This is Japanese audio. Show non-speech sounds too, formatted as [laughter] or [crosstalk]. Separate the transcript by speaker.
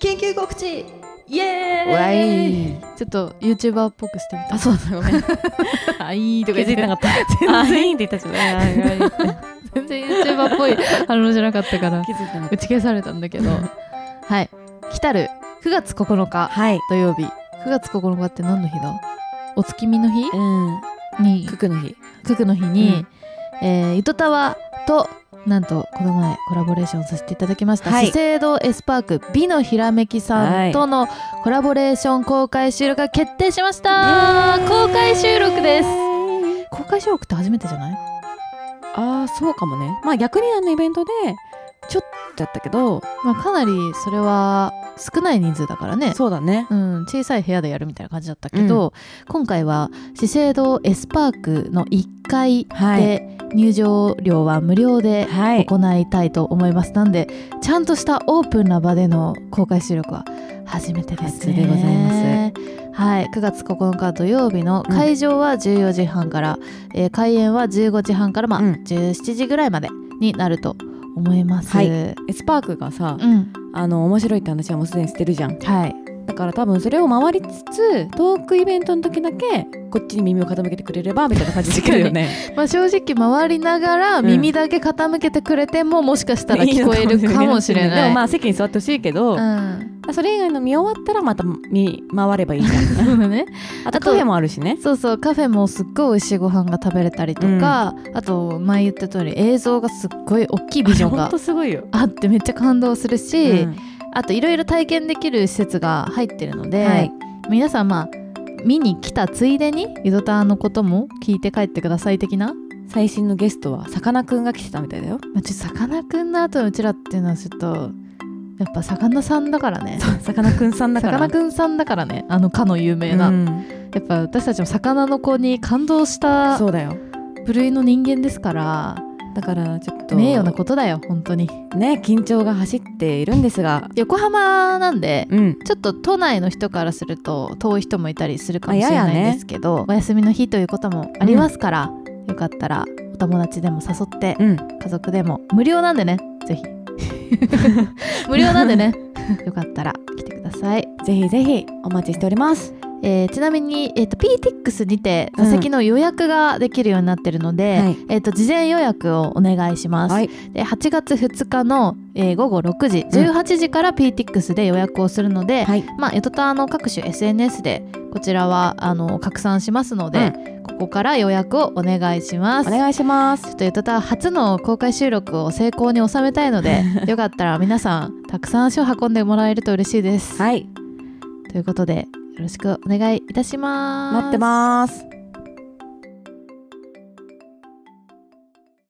Speaker 1: 緊急告知イ
Speaker 2: わ
Speaker 1: エーイ
Speaker 2: い
Speaker 3: ちょっと YouTuber っぽくしてみた
Speaker 2: あそうだごめん [laughs] あいいとか言ってなか [laughs] った全然いいって言ったじゃない
Speaker 3: 全然 YouTuber っぽい反応じゃなかったか
Speaker 2: [laughs]
Speaker 3: ら
Speaker 2: 気づいてなか
Speaker 3: 打
Speaker 2: っ
Speaker 3: ち消されたんだけ
Speaker 2: [laughs]
Speaker 3: どはい来たる9月9
Speaker 2: た
Speaker 3: 日
Speaker 2: はい
Speaker 3: 土曜日9月9日って何の日だお月見の日
Speaker 2: うん
Speaker 3: に
Speaker 2: 九九の日
Speaker 3: 九九の日に、えー、ゆとたわとなんとこの前コラボレーションさせていただきました、
Speaker 2: はい
Speaker 3: 資生堂エスパーク美のひらめきさんとのコラボレーション公開収録が決定しました公開収録です公開収録って初めてじゃない
Speaker 2: ああそうかもねまあ逆にあのイベントでちょっとやったけど
Speaker 3: まあ、かなりそれは少ない人数だからね
Speaker 2: そうだね
Speaker 3: うん、小さい部屋でやるみたいな感じだったけど、今回は資生堂エスパークの1階
Speaker 2: はい
Speaker 3: で入場料は無料で
Speaker 2: はい
Speaker 3: 行いたいと思います、なんでちゃんとしたオープンな場での公開収録は初めてですね
Speaker 2: 初でござい
Speaker 3: ますはい9月9日土曜日の会場は14時半から、えー開演は15時半からまあ
Speaker 2: うん
Speaker 3: 17時ぐらいまでになると思います、
Speaker 2: はい
Speaker 3: うん
Speaker 2: エスパークがさあの面白いって話はもうすでにしてるじゃん
Speaker 3: はい
Speaker 2: だから多分それを回りつつトークイベントの時だけこっちに耳を傾けてくれればみたいな感じで来るよね
Speaker 3: まあ、正直回りながら
Speaker 2: うん
Speaker 3: 耳だけ傾けてくれても、もしかしたら
Speaker 2: [laughs]
Speaker 3: 聞こえるかもしれない。
Speaker 2: でもまあ席に座ってほしいけど、
Speaker 3: うん、
Speaker 2: それ以外の見終わったらまた見回ればいいじゃん
Speaker 3: そうだね
Speaker 2: [laughs] あとカフェもあるしね
Speaker 3: そうそうカフェもすっごい美味しいご飯が食べれたりとか、あと前言った通り映像がすっごい大きいビジョン
Speaker 2: [laughs] ほん
Speaker 3: が
Speaker 2: とすごいよ、
Speaker 3: あってめっちゃ感動するし、
Speaker 2: うん
Speaker 3: あといろいろ体験できる施設が入ってるので、
Speaker 2: はい
Speaker 3: 皆さんまあ見に来たついでにゆどたんのことも聞いて帰ってください的な、
Speaker 2: 最新のゲストはさかなクンが来てたみたいだ [laughs] よ
Speaker 3: まあ、ちょっとさかなクンの後のうちらっていうのはちょっとやっぱさかなさんだからね
Speaker 2: さかなクンさんだ
Speaker 3: さ
Speaker 2: か
Speaker 3: からなクンさんだからねあのかの有名な、
Speaker 2: うん
Speaker 3: やっぱ私たちも魚の子に感動した
Speaker 2: そうだよ
Speaker 3: 部類の人間ですから
Speaker 2: だからちょっと
Speaker 3: 名誉なことだよ本当に
Speaker 2: ね緊張が走っているんですが
Speaker 3: 横浜なんで
Speaker 2: うん
Speaker 3: ちょっと都内の人からすると遠い人もいたりするかもしれ
Speaker 2: あやや
Speaker 3: ない
Speaker 2: ね
Speaker 3: ですけど、お休みの日ということもありますから、よかったらお友達でも誘って
Speaker 2: うん
Speaker 3: 家族でも無料なんでねぜ
Speaker 2: [laughs]
Speaker 3: ひ無料なんでねよかったら来てください
Speaker 2: ぜひぜひお待ちしております
Speaker 3: えーちなみに、えー、と PTX にて座席の予約ができるようになってるので、
Speaker 2: はい
Speaker 3: えー、と事前予約をお願いします、
Speaker 2: はい
Speaker 3: で8月2日の、えー午後6時18時から PTX で予約をするので、
Speaker 2: はい
Speaker 3: まあ、エトターの各種 SNS でこちらはあの拡散しますので、ここから予約をお願いしま
Speaker 2: お
Speaker 3: す
Speaker 2: 願いします
Speaker 3: ちょっとエトター初の公開収録を成功に収めたい
Speaker 2: [laughs]
Speaker 3: のでよかったら皆さんたくさん足を運んでもらえると嬉しいです、
Speaker 2: はい
Speaker 3: ということでよろしくお願いいたします
Speaker 2: 待ってます